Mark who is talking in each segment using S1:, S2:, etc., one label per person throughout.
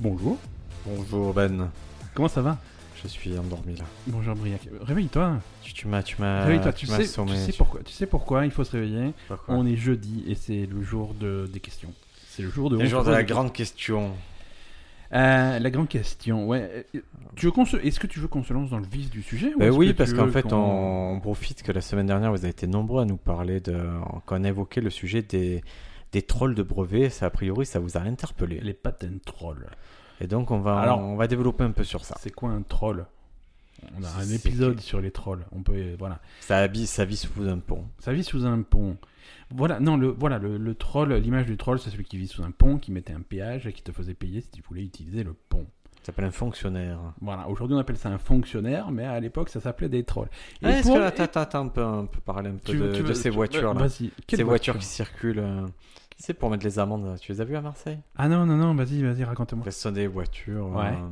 S1: Bonjour.
S2: Bonjour Ben,
S1: Comment ça va
S2: je suis endormi là.
S1: Bonjour Briac. Réveille-toi.
S2: Tu, tu m'as, Euh, tu m'as,
S1: Réveille-toi. Tu,
S2: m'as
S1: sais,
S2: assommé.
S1: tu sais pourquoi. Tu sais pourquoi il faut se réveiller.
S2: Pourquoi
S1: On est jeudi et c'est le jour de des questions. C'est le jour de.
S2: Le
S1: on
S2: jour
S1: se
S2: de
S1: pose
S2: la
S1: des-
S2: grande question.
S1: Euh, la grande question. Ouais. Euh, Tu veux qu'on se- Est-ce que tu veux qu'on se lance dans le vif du sujet ou
S2: Ben
S1: est-ce que
S2: oui,
S1: tu
S2: parce qu'en
S1: veux
S2: fait,
S1: qu'on-
S2: on... on profite que la semaine dernière, vous avez été nombreux à nous parler de, qu'on a évoqué le sujet des des trolls de brevets. Ça, a priori, ça vous a interpellé.
S1: Les patents trolls.
S2: Et donc, on va,
S1: Alors-
S2: on va développer un peu sur ça.
S1: C'est quoi un troll On a un
S2: C'est-
S1: épisode sur les trolls. On peut. euh, Voilà.
S2: Ça vit, ça vit sous un pont.
S1: Ça vit sous un pont. Voilà, non, le, voilà, le, le troll, l'image du troll, c'est celui qui vit sous un pont, qui mettait un péage et qui te faisait payer si tu voulais utiliser le pont.
S2: Ça s'appelle un fonctionnaire.
S1: Voilà, aujourd'hui on appelle ça un fonctionnaire, mais à l'époque ça s'appelait des trolls. Et
S2: Ah, Est-ce
S1: pour-
S2: que là, attends, attends, on peut, on peut parler un peu de, de
S1: veux-
S2: ces
S1: tu-
S2: voitures là,
S1: Vas-y, quelle
S2: ces voitures
S1: voiture
S2: qui circulent. euh, C'est pour mettre les amendes. Tu les as vues à Marseille
S1: Ah non, non, non, vas-y, vas-y, raconte-moi.
S2: Parce que ce sont des voitures
S1: Ouais.
S2: euh,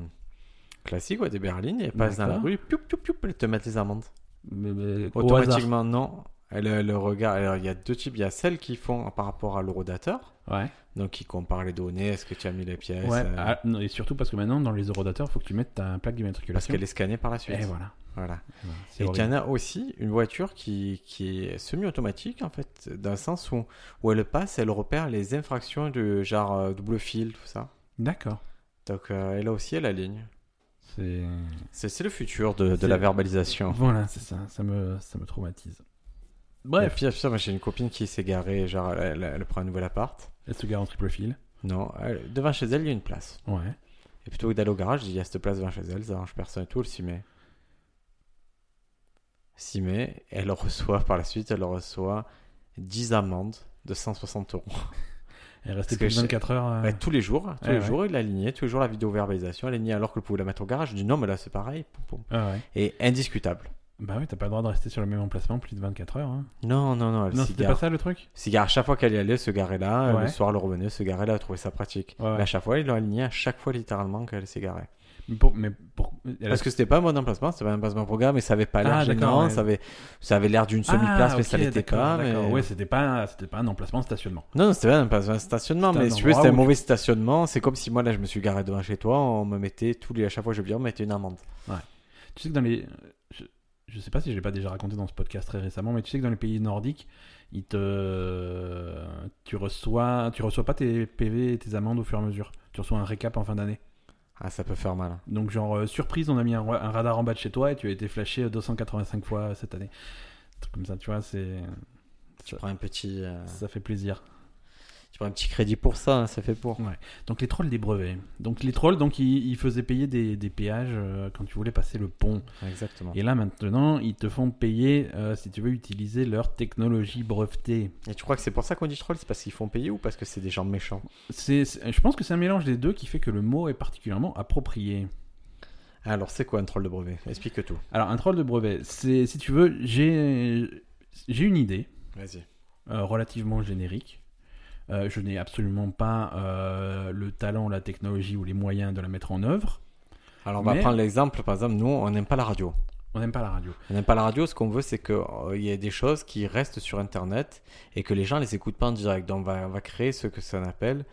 S2: classiques, ouais, des berlines, elles passent dans la
S1: D'accord.
S2: rue, piou, piou, piou, elles te mettent les amendes.
S1: Mais- mais- au hasard.
S2: Automatiquement, non. Elle, le regard, alors, il y a deux types. Il y a celles qui font par rapport à l'eurodateur,
S1: Ouais,
S2: donc qui comparent les données, est-ce que tu as mis les pièces,
S1: ouais.
S2: euh,
S1: ah, non, et surtout parce que maintenant dans les eurodateurs, faut que tu mettes ta plaque
S2: parce
S1: d'immatriculation.
S2: qu'elle est scannée par la suite.
S1: Et voilà.
S2: Voilà.
S1: Voilà, Eh c'est
S2: Et il y
S1: horrible.
S2: en a aussi une voiture qui, qui est semi-automatique, en fait, dans le sens où, où elle passe, elle repère les infractions du genre euh, double fil, tout ça.
S1: D'accord.
S2: Donc euh, elle a aussi la ligne.
S1: C'est.
S2: C'est c'est le futur de, de
S1: C'est-
S2: la verbalisation.
S1: Voilà, c'est ça. Ça me, ça me traumatise.
S2: Et
S1: Bref,
S2: puis, après ça, moi j'ai une copine qui s'est garée, genre elle, elle- elle prend un nouvel appart.
S1: elle se gare en triple fil.
S2: Non, elle- devant chez elle, il y a une place.
S1: Ouais.
S2: Et plutôt que d'aller au garage, je dis, il y a cette place devant chez elle, ça arrange personne et tout, elle s'y met. S'y met, elle reçoit par la suite, elle reçoit 10 amendes de 160 euros.
S1: Elle restait
S2: Parce que
S1: plus de
S2: je-
S1: 24 heures. euh,
S2: Bah, tous les jours, tous
S1: Ouais,
S2: les
S1: ouais.
S2: jours, il l'a lignée, tous les jours la vidéo verbalisation, elle est lignée alors que vous pouvez la mettre au garage. Je dis, non, mais là c'est pareil. Poum, poum.
S1: ah ouais.
S2: Et indiscutable.
S1: Bah oui, t'as pas le droit de rester sur le même emplacement plus de 24 heures. hein.
S2: Non, non, non, elle
S1: Non,
S2: s'y
S1: c'était
S2: gare.
S1: pas ça le truc
S2: C'est qu'à chaque fois qu'elle y allait, se garer là,
S1: Ouais.
S2: le soir, elle revenait, se garer là, elle trouvait ça pratique.
S1: Ouais, ouais.
S2: Mais à chaque fois, ils l'ont aligné à chaque fois littéralement qu'elle s'est garée.
S1: mais pour, mais pour... elle a-
S2: Parce que c'était pas un bon emplacement, c'était pas un emplacement programme, mais ça avait pas l'air
S1: Ah, d'accord,
S2: gênant,
S1: ouais.
S2: ça avait, ça avait l'air d'une
S1: Ah,
S2: semi-place, mais ça
S1: ok,
S2: l'était
S1: d'accord,
S2: pas.
S1: d'accord.
S2: mais-
S1: Ouais, c'était pas, c'était pas un emplacement stationnement.
S2: Non, non, c'était pas un emplacement de stationnement,
S1: C'était un
S2: mais si tu veux,
S1: endroit
S2: c'était un
S1: où tu-
S2: mauvais stationnement. C'est comme si moi, là, je me suis garé devant chez toi, on me mettait tous les, à chaque fois que je viens, on me mettait une amende.
S1: Tu sais que dans les. Je, je sais pas si je l'ai pas déjà raconté dans ce podcast très récemment, mais tu sais que dans les pays nordiques, ils te. Tu reçois, tu reçois pas tes PV et tes amendes au fur et à mesure. Tu reçois un récap en fin d'année.
S2: Ah, ça peut faire mal.
S1: Donc, genre, euh, surprise, on a mis un, un radar en bas de chez toi et tu as été flashé 285 fois euh, cette année. Un truc Comme ça, tu vois, c'est.
S2: Tu prends un petit, euh,
S1: Ça fait plaisir.
S2: tu prends un petit crédit pour ça, hein, ça fait pour.
S1: Donc les trolls des brevets. Donc les trolls, donc ils, ils faisaient payer des, des péages euh, quand tu voulais passer le pont.
S2: Exactement.
S1: Et là maintenant, ils te font payer euh, si tu veux utiliser leur technologie brevetée.
S2: Et tu crois que c'est pour ça qu'on dit troll, c'est parce qu'ils font payer ou parce que c'est des gens méchants
S1: C'est, c'est- je pense que c'est un mélange des deux qui fait que le mot est particulièrement approprié.
S2: Alors, c'est quoi un troll de brevet Explique tout.
S1: Alors un troll de brevet, c'est si tu veux, j'ai j'ai une idée
S2: Vas-y.
S1: euh, relativement générique. Euh, je n'ai absolument pas euh, le talent, la technologie ou les moyens de la mettre en œuvre.
S2: Alors, on va
S1: Mais-
S2: prendre l'exemple, par exemple, nous, on n'aime pas la radio.
S1: On n'aime pas la radio.
S2: On n'aime pas la radio, ce qu'on veut, c'est qu'il y ait des choses qui restent sur Internet et que les gens les écoutent pas en direct. Donc, on va, on va créer ce que ça appelle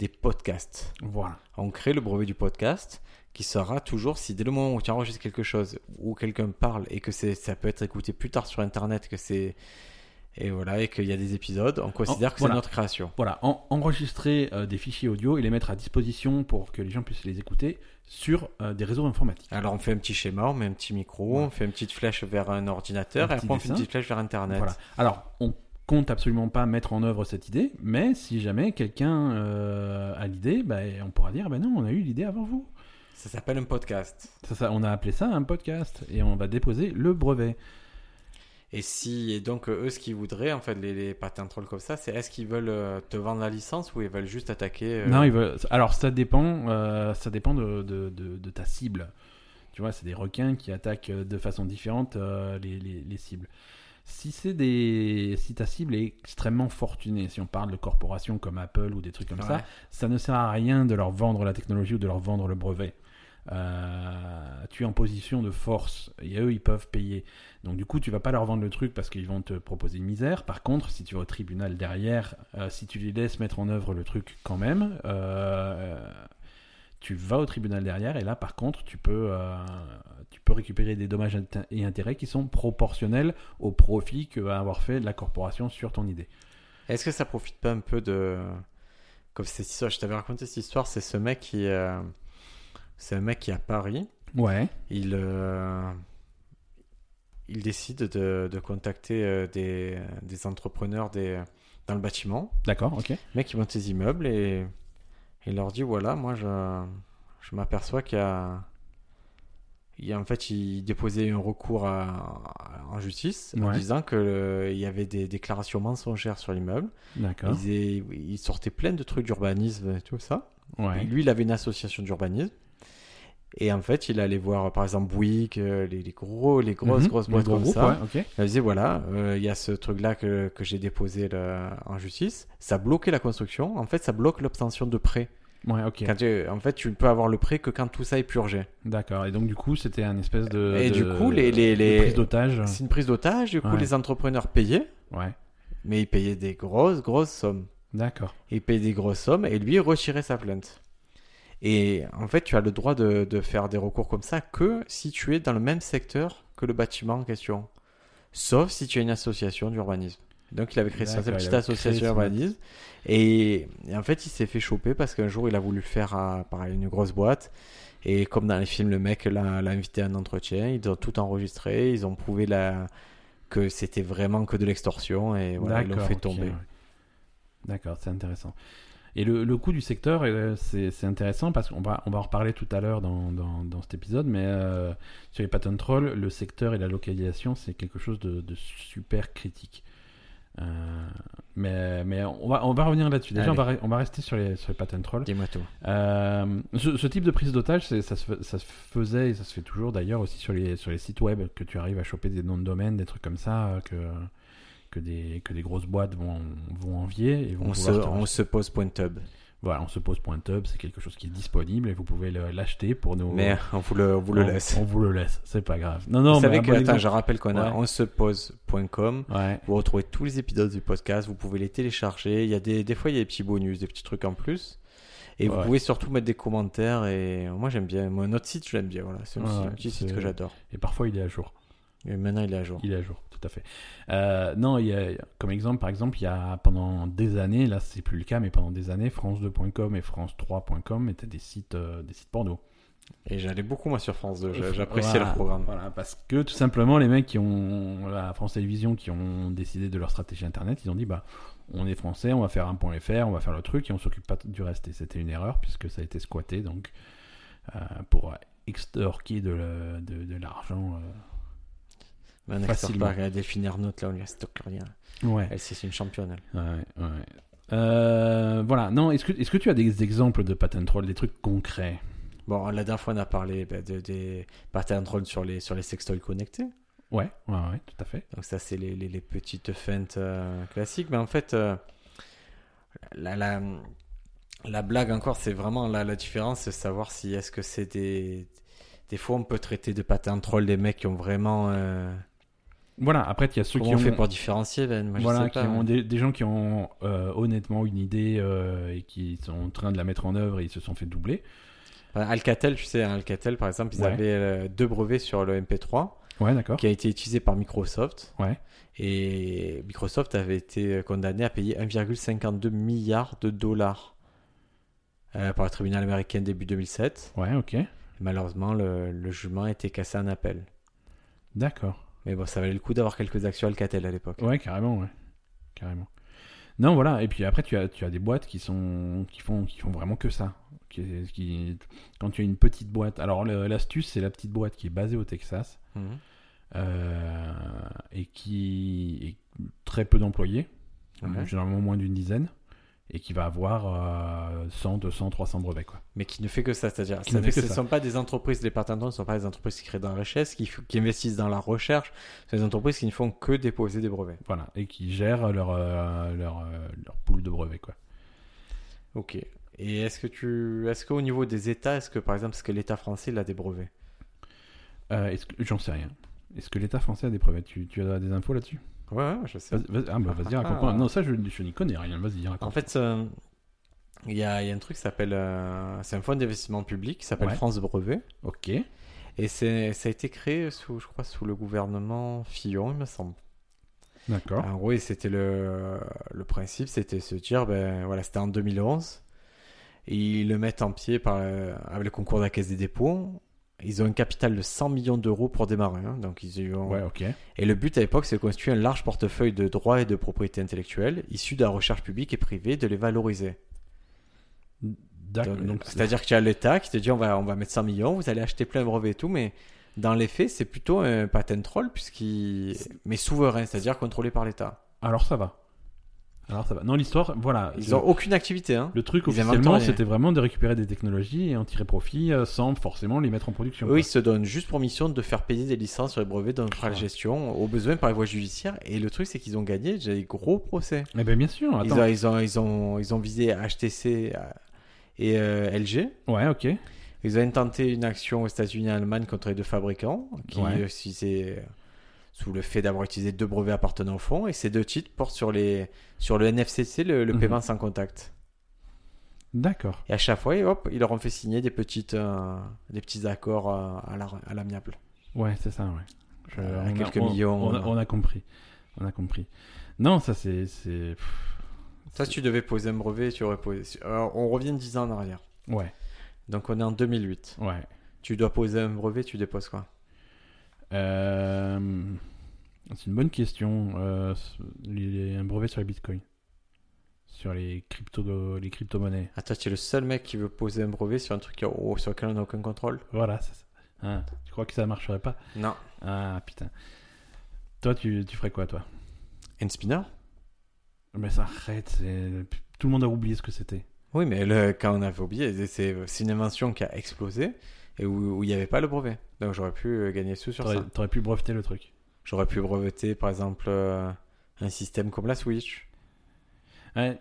S2: des podcasts.
S1: Voilà.
S2: On crée le brevet du podcast qui sera toujours, si dès le moment où tu enregistres quelque chose ou quelqu'un parle et que c'est- ça peut être écouté plus tard sur Internet, que c'est. Et voilà, et qu'il y a des épisodes, on considère que
S1: Oh, voilà.
S2: c'est notre création.
S1: Voilà, en- enregistrer euh, des fichiers audio et les mettre à disposition pour que les gens puissent les écouter sur euh, des réseaux informatiques.
S2: Alors on fait un petit schéma, on met un petit micro,
S1: Ouais.
S2: on fait une petite flèche vers un ordinateur
S1: Un
S2: et
S1: petit
S2: après on fait une
S1: dessin.
S2: petite flèche vers Internet.
S1: Voilà. Alors, on compte absolument pas mettre en œuvre cette idée, mais si jamais quelqu'un euh, a l'idée, bah, on pourra dire, ben non, on a eu l'idée avant vous.
S2: Ça s'appelle un podcast.
S1: Ça, ça, on a appelé ça un podcast et on va déposer le brevet.
S2: Et si et donc euh, eux ce qu'ils voudraient en fait les, les patins trolls comme ça, c'est est-ce qu'ils veulent euh, te vendre la licence ou ils veulent juste attaquer euh,
S1: Non, il veut... alors ça dépend, euh, ça dépend de, de- de- de ta cible. Tu vois, c'est des requins qui attaquent euh, de façon différente euh, les, les- les cibles. Si c'est des, si ta cible est extrêmement fortunée, si on parle de corporations comme Apple ou des trucs comme
S2: ouais.
S1: ça, ça ne sert à rien de leur vendre la technologie ou de leur vendre le brevet. Euh, tu es en position de force et eux ils peuvent payer. Donc du coup tu vas pas leur vendre le truc parce qu'ils vont te proposer une misère. Par contre si tu vas au tribunal derrière, euh, si tu les laisses mettre en œuvre le truc quand même, euh, Tu vas au tribunal derrière et là, par contre, tu peux, euh, tu peux récupérer des dommages int- et intérêts qui sont proportionnels au profit que va avoir fait la corporation sur ton idée.
S2: Est-ce que ça profite pas un peu de. Comme cette histoire, je t'avais raconté cette histoire, c'est ce mec qui. euh, C'est un mec qui est à Paris.
S1: Ouais.
S2: Il. euh, Il décide de, de contacter euh, des, des entrepreneurs des, dans le bâtiment.
S1: D'accord, ok.
S2: Le mec, il monte ses immeubles et il leur dit voilà, moi, je, je m'aperçois qu'il y a. il y a- en fait, il déposait un recours à- à- en justice en
S1: Ouais.
S2: disant qu'il y avait des déclarations mensongères sur l'immeuble.
S1: D'accord.
S2: Ils, aient- ils sortaient plein de trucs d'urbanisme et tout ça.
S1: Ouais.
S2: Lui, il avait une association d'urbanisme. Et en fait, il allait voir, par exemple, Bouygues, euh, les, les gros, les grosses,
S1: Mhm.
S2: grosses
S1: Le
S2: boîtes
S1: gros
S2: comme
S1: groupe,
S2: ça.
S1: ouais, ok.
S2: Il disait, voilà, euh, il y a ce truc-là que, que j'ai déposé là, en justice. Ça bloquait la construction. En fait, ça bloque l'obtention de prêt.
S1: Ouais, ok.
S2: Quand tu- en fait, tu peux avoir le prêt que quand tout ça est purgé.
S1: D'accord. Et donc, du coup, c'était un espèce de.
S2: Et
S1: de-
S2: du coup, les- les-
S1: de
S2: les-
S1: prise d'otage.
S2: C'est une prise d'otage. Du coup,
S1: Ah. Ouais.
S2: les entrepreneurs payaient,
S1: Ouais.
S2: mais ils payaient des grosses, grosses sommes.
S1: D'accord.
S2: il paye des grosses sommes et lui il retirait sa plainte. Et en fait, tu as le droit de, de faire des recours comme ça que si tu es dans le même secteur que le bâtiment en question. Sauf si tu es une association d'urbanisme. Donc, il avait créé sa
S1: D'accord, il
S2: petite
S1: avait créé
S2: association
S1: son-
S2: d'urbanisme. Et, et en fait, il s'est fait choper parce qu'un jour, il a voulu faire à, pareil, une grosse boîte. Et comme dans les films, le mec l'a l'a invité à un entretien. Ils ont tout enregistré. Ils ont prouvé la, que c'était vraiment que de l'extorsion. Et voilà, ils l'ont
S1: D'accord,
S2: fait
S1: ok,
S2: tomber.
S1: ouais. D'accord, c'est intéressant. Et le, le coût du secteur, euh, c'est c'est intéressant parce qu'on va, on va en reparler tout à l'heure dans, dans- dans cet épisode, mais euh, sur les patent trolls, le secteur et la localisation, c'est quelque chose de, de super critique. Euh, mais mais on, va, on va revenir là-dessus. Déjà,
S2: Allez.
S1: on va, re- on va rester sur les, sur les patent trolls.
S2: Dis-moi tout.
S1: Euh, ce, ce type de prise d'otage, c'est- ça se, fa- ça se faisait et ça se fait toujours d'ailleurs aussi sur les, sur les sites web que tu arrives à choper des noms de domaine, des trucs comme ça euh, que, que, des, que des grosses boîtes vont, vont envier. Et vont
S2: On se,
S1: pouvoir te
S2: on
S1: racheter.
S2: se pose point tub.
S1: Voilà, on se pose point .tub, c'est quelque chose qui est disponible et vous pouvez le- l'acheter pour nous.
S2: Mais on vous le, on vous le
S1: on-
S2: laisse.
S1: On, vous le laisse, c'est pas grave. Non, non,
S2: vous
S1: mais
S2: savez
S1: un
S2: que,
S1: bon
S2: attends,
S1: exemple-
S2: je rappelle qu'on a
S1: Ouais.
S2: on se pose.com.
S1: Ouais,
S2: Vous retrouvez tous les épisodes du podcast, vous pouvez les télécharger. Il y a des, des fois, il y a des petits bonus, des petits trucs en plus. Et vous
S1: Ouais.
S2: pouvez surtout mettre des commentaires. Et moi, j'aime bien. Moi, notre site, je l'aime bien. Voilà, c'est un
S1: Ouais,
S2: petit-
S1: ouais,
S2: un petit site
S1: c'est-
S2: que j'adore.
S1: et parfois il est à jour.
S2: Et maintenant, il est à jour.
S1: Il est à jour, tout à fait. Euh, non, il y a, comme exemple, par exemple, il y a pendant des années, là c'est plus le cas, mais pendant des années, France2.com et France3.com étaient des sites, euh, des sites porno.
S2: Et j'allais beaucoup, moi, sur France 2. Je- J'appréciais
S1: Voilà,
S2: leur programme.
S1: Voilà, parce que tout simplement, les mecs qui ont la France Télévisions, qui ont décidé de leur stratégie internet, ils ont dit bah on est français, on va faire un point .fr, on va faire le truc et on s'occupe pas du reste. Et c'était une erreur puisque ça a été squatté donc euh, pour extorquer de, le- de- de l'argent. euh.
S2: Mais on n'expert
S1: Facilement.
S2: pas à définir notre, là, on lui stocke rien.
S1: euh. Ouais.
S2: Elle, c'est une championne. elle.
S1: Ouais, ouais. Euh, voilà, non, est-ce que, est-ce que tu as des exemples de patent troll, des trucs concrets
S2: Bon, la dernière fois, on a parlé bah, de, des patterns trolls sur les, sur les sextoys connectés.
S1: Ouais, ouais, ouais, tout à fait.
S2: Donc ça, c'est les, les- les petites feintes euh, classiques. Mais en fait, euh, la, la, la blague encore, c'est vraiment la, la différence, c'est savoir si est-ce que c'est des... Des fois, on peut traiter de patin troll des mecs qui ont vraiment... euh,
S1: Voilà, après, il y a ceux
S2: Comment
S1: qui
S2: on
S1: ont,
S2: fait pour différencier, Ben Moi, je
S1: voilà,
S2: sais
S1: qui
S2: pas.
S1: ont des, des gens qui ont euh, honnêtement une idée euh, et qui sont en train de la mettre en œuvre et ils se sont fait doubler.
S2: Enfin, Alcatel, tu sais, hein, Alcatel, par exemple, ils
S1: Ouais.
S2: avaient euh, deux brevets sur le MP3
S1: Ouais, d'accord.
S2: qui a été utilisé par Microsoft.
S1: Ouais.
S2: Et Microsoft avait été condamné à payer 1,52 milliard de dollars euh, par le tribunal américain début 2007.
S1: Ouais, ok.
S2: Malheureusement, le, le jugement a été cassé en appel.
S1: D'accord.
S2: Mais bon, ça valait le coup d'avoir quelques actions Alcatel à l'époque.
S1: Ouais, carrément, ouais. Carrément. Non, voilà, et puis après, tu as, tu as des boîtes qui, sont, qui, font, qui font vraiment que ça. Qui, qui- quand tu as une petite boîte, alors le- l'astuce, c'est la petite boîte qui est basée au Texas.
S2: Mhm.
S1: euh, et qui est très peu d'employés,
S2: Ouais.
S1: généralement moins d'une dizaine, et qui va avoir euh, 100, 200, 300 brevets. Quoi.
S2: Mais qui ne fait que ça, c'est-à-dire
S1: Qui ne
S2: ça ne-
S1: fait
S2: ce
S1: que ça.
S2: sont pas des entreprises, les patentants ne sont pas des entreprises qui créent de la richesse, qui, f- qui investissent dans la recherche, ce sont des entreprises qui ne font que déposer des brevets.
S1: Voilà, et qui gèrent leur, euh, leur, euh, leur pool de brevets. Quoi.
S2: Ok. Et est-ce que tu, est-ce qu'au niveau des États, est-ce que par exemple, est-ce que l'État français il a des brevets
S1: Euh, est-ce que, j'en sais rien. Est-ce que l'État français a des brevets tu, tu as des infos là-dessus
S2: Ouais, ouais, je sais. Ah.
S1: Vas-y, vas-y- ah, bah, vas-y, raconte-moi. Non, ça, je, je n'y connais rien. Vas-y,
S2: En
S1: raconte.
S2: fait, euh, Il y a, il y a un truc qui s'appelle. euh, c'est un fonds d'investissement public qui s'appelle
S1: Ouais.
S2: France Brevet.
S1: Ok.
S2: Et c'est, ça a été créé, sous, je crois, sous le gouvernement Fillon, il me semble.
S1: D'accord.
S2: En gros, et c'était le, le principe, c'était se dire, ben voilà, c'était en 2011. Et ils le mettent en pied par, euh, avec le concours de la Caisse des dépôts. Ils ont un capital de 100 millions d'euros pour démarrer. hein. donc ils y ont-
S1: Ouais, ok.
S2: Et le but à l'époque, c'est de constituer un large portefeuille de droits et de propriété intellectuelle issus de la recherche publique et privée, de les valoriser.
S1: D'accord.
S2: Donc,
S1: Donc,
S2: C'est-à-dire que tu as l'État qui te dit on va, on va mettre 100 millions, vous allez acheter plein de brevets et tout, mais dans les faits, c'est plutôt un patent troll, puisqu'il... mais souverain, c'est-à-dire contrôlé par l'État.
S1: alors ça va. Alors ça va. Non, l'histoire, voilà.
S2: Ils n'ont aucune activité. Hein.
S1: Le truc
S2: Ils inventent
S1: officiellement,
S2: rien.
S1: c'était vraiment de récupérer des technologies et en tirer profit euh, sans forcément les mettre en production.
S2: Eux, ils se donnent juste pour mission de faire payer des licences sur les brevets dans la
S1: Ouais.
S2: gestion, au besoin par la voie judiciaire. Et le truc, c'est qu'ils ont gagné des gros procès.
S1: quoi. Eh ben bien sûr.
S2: Ils
S1: Attends.
S2: ont, ils, ont, ils, ont, ils ont visé HTC euh, et euh, LG.
S1: Ouais, ok.
S2: Ils ont intenté une action aux États-Unis et en Allemagne contre les deux fabricants, qui
S1: Ouais.
S2: euh, si c'est, euh, sous le fait d'avoir utilisé deux brevets appartenant au fond. Et ces deux titres portent sur, les, sur le NFCC, le, le
S1: Mhm.
S2: paiement sans contact.
S1: D'accord.
S2: Et à chaque fois, et hop, ils leur ont fait signer des, petites, euh, des petits accords euh, à la- à l'amiable.
S1: Ouais, c'est ça. Ouais. Je-
S2: Euh,
S1: on a-
S2: quelques
S1: on-
S2: millions,
S1: On a,
S2: euh.
S1: on a compris. On a compris. Non, ça c'est c'est. pff,
S2: Ça, si tu devais poser un brevet, tu aurais posé. Alors, on revient 10 ans en arrière.
S1: Ouais.
S2: Donc, on est en 2008.
S1: Ouais.
S2: Tu dois poser un brevet, tu déposes quoi
S1: Euh, C'est une bonne question. Euh, les- un brevet sur les bitcoins. Sur les crypto les crypto-monnaies.
S2: Ah, toi, tu es le seul mec qui veut poser un brevet sur un truc qui- au- sur lequel on n'a aucun contrôle
S1: Voilà, c'est ça. Hein, tu crois que ça marcherait pas
S2: Non.
S1: Ah putain. Toi, tu, tu ferais quoi, toi
S2: Un spinner
S1: Mais ça arrête, c'est... tout le monde a oublié ce que c'était.
S2: Oui, mais le, quand on avait oublié, c'est c'est une invention qui a explosé et où où il n'y avait pas le brevet. Donc, j'aurais pu euh, gagner sous sur
S1: T'aurais,
S2: ça.
S1: t'aurais pu breveter le truc.
S2: J'aurais pu breveter, par exemple, euh, un système comme la Switch.
S1: Ouais.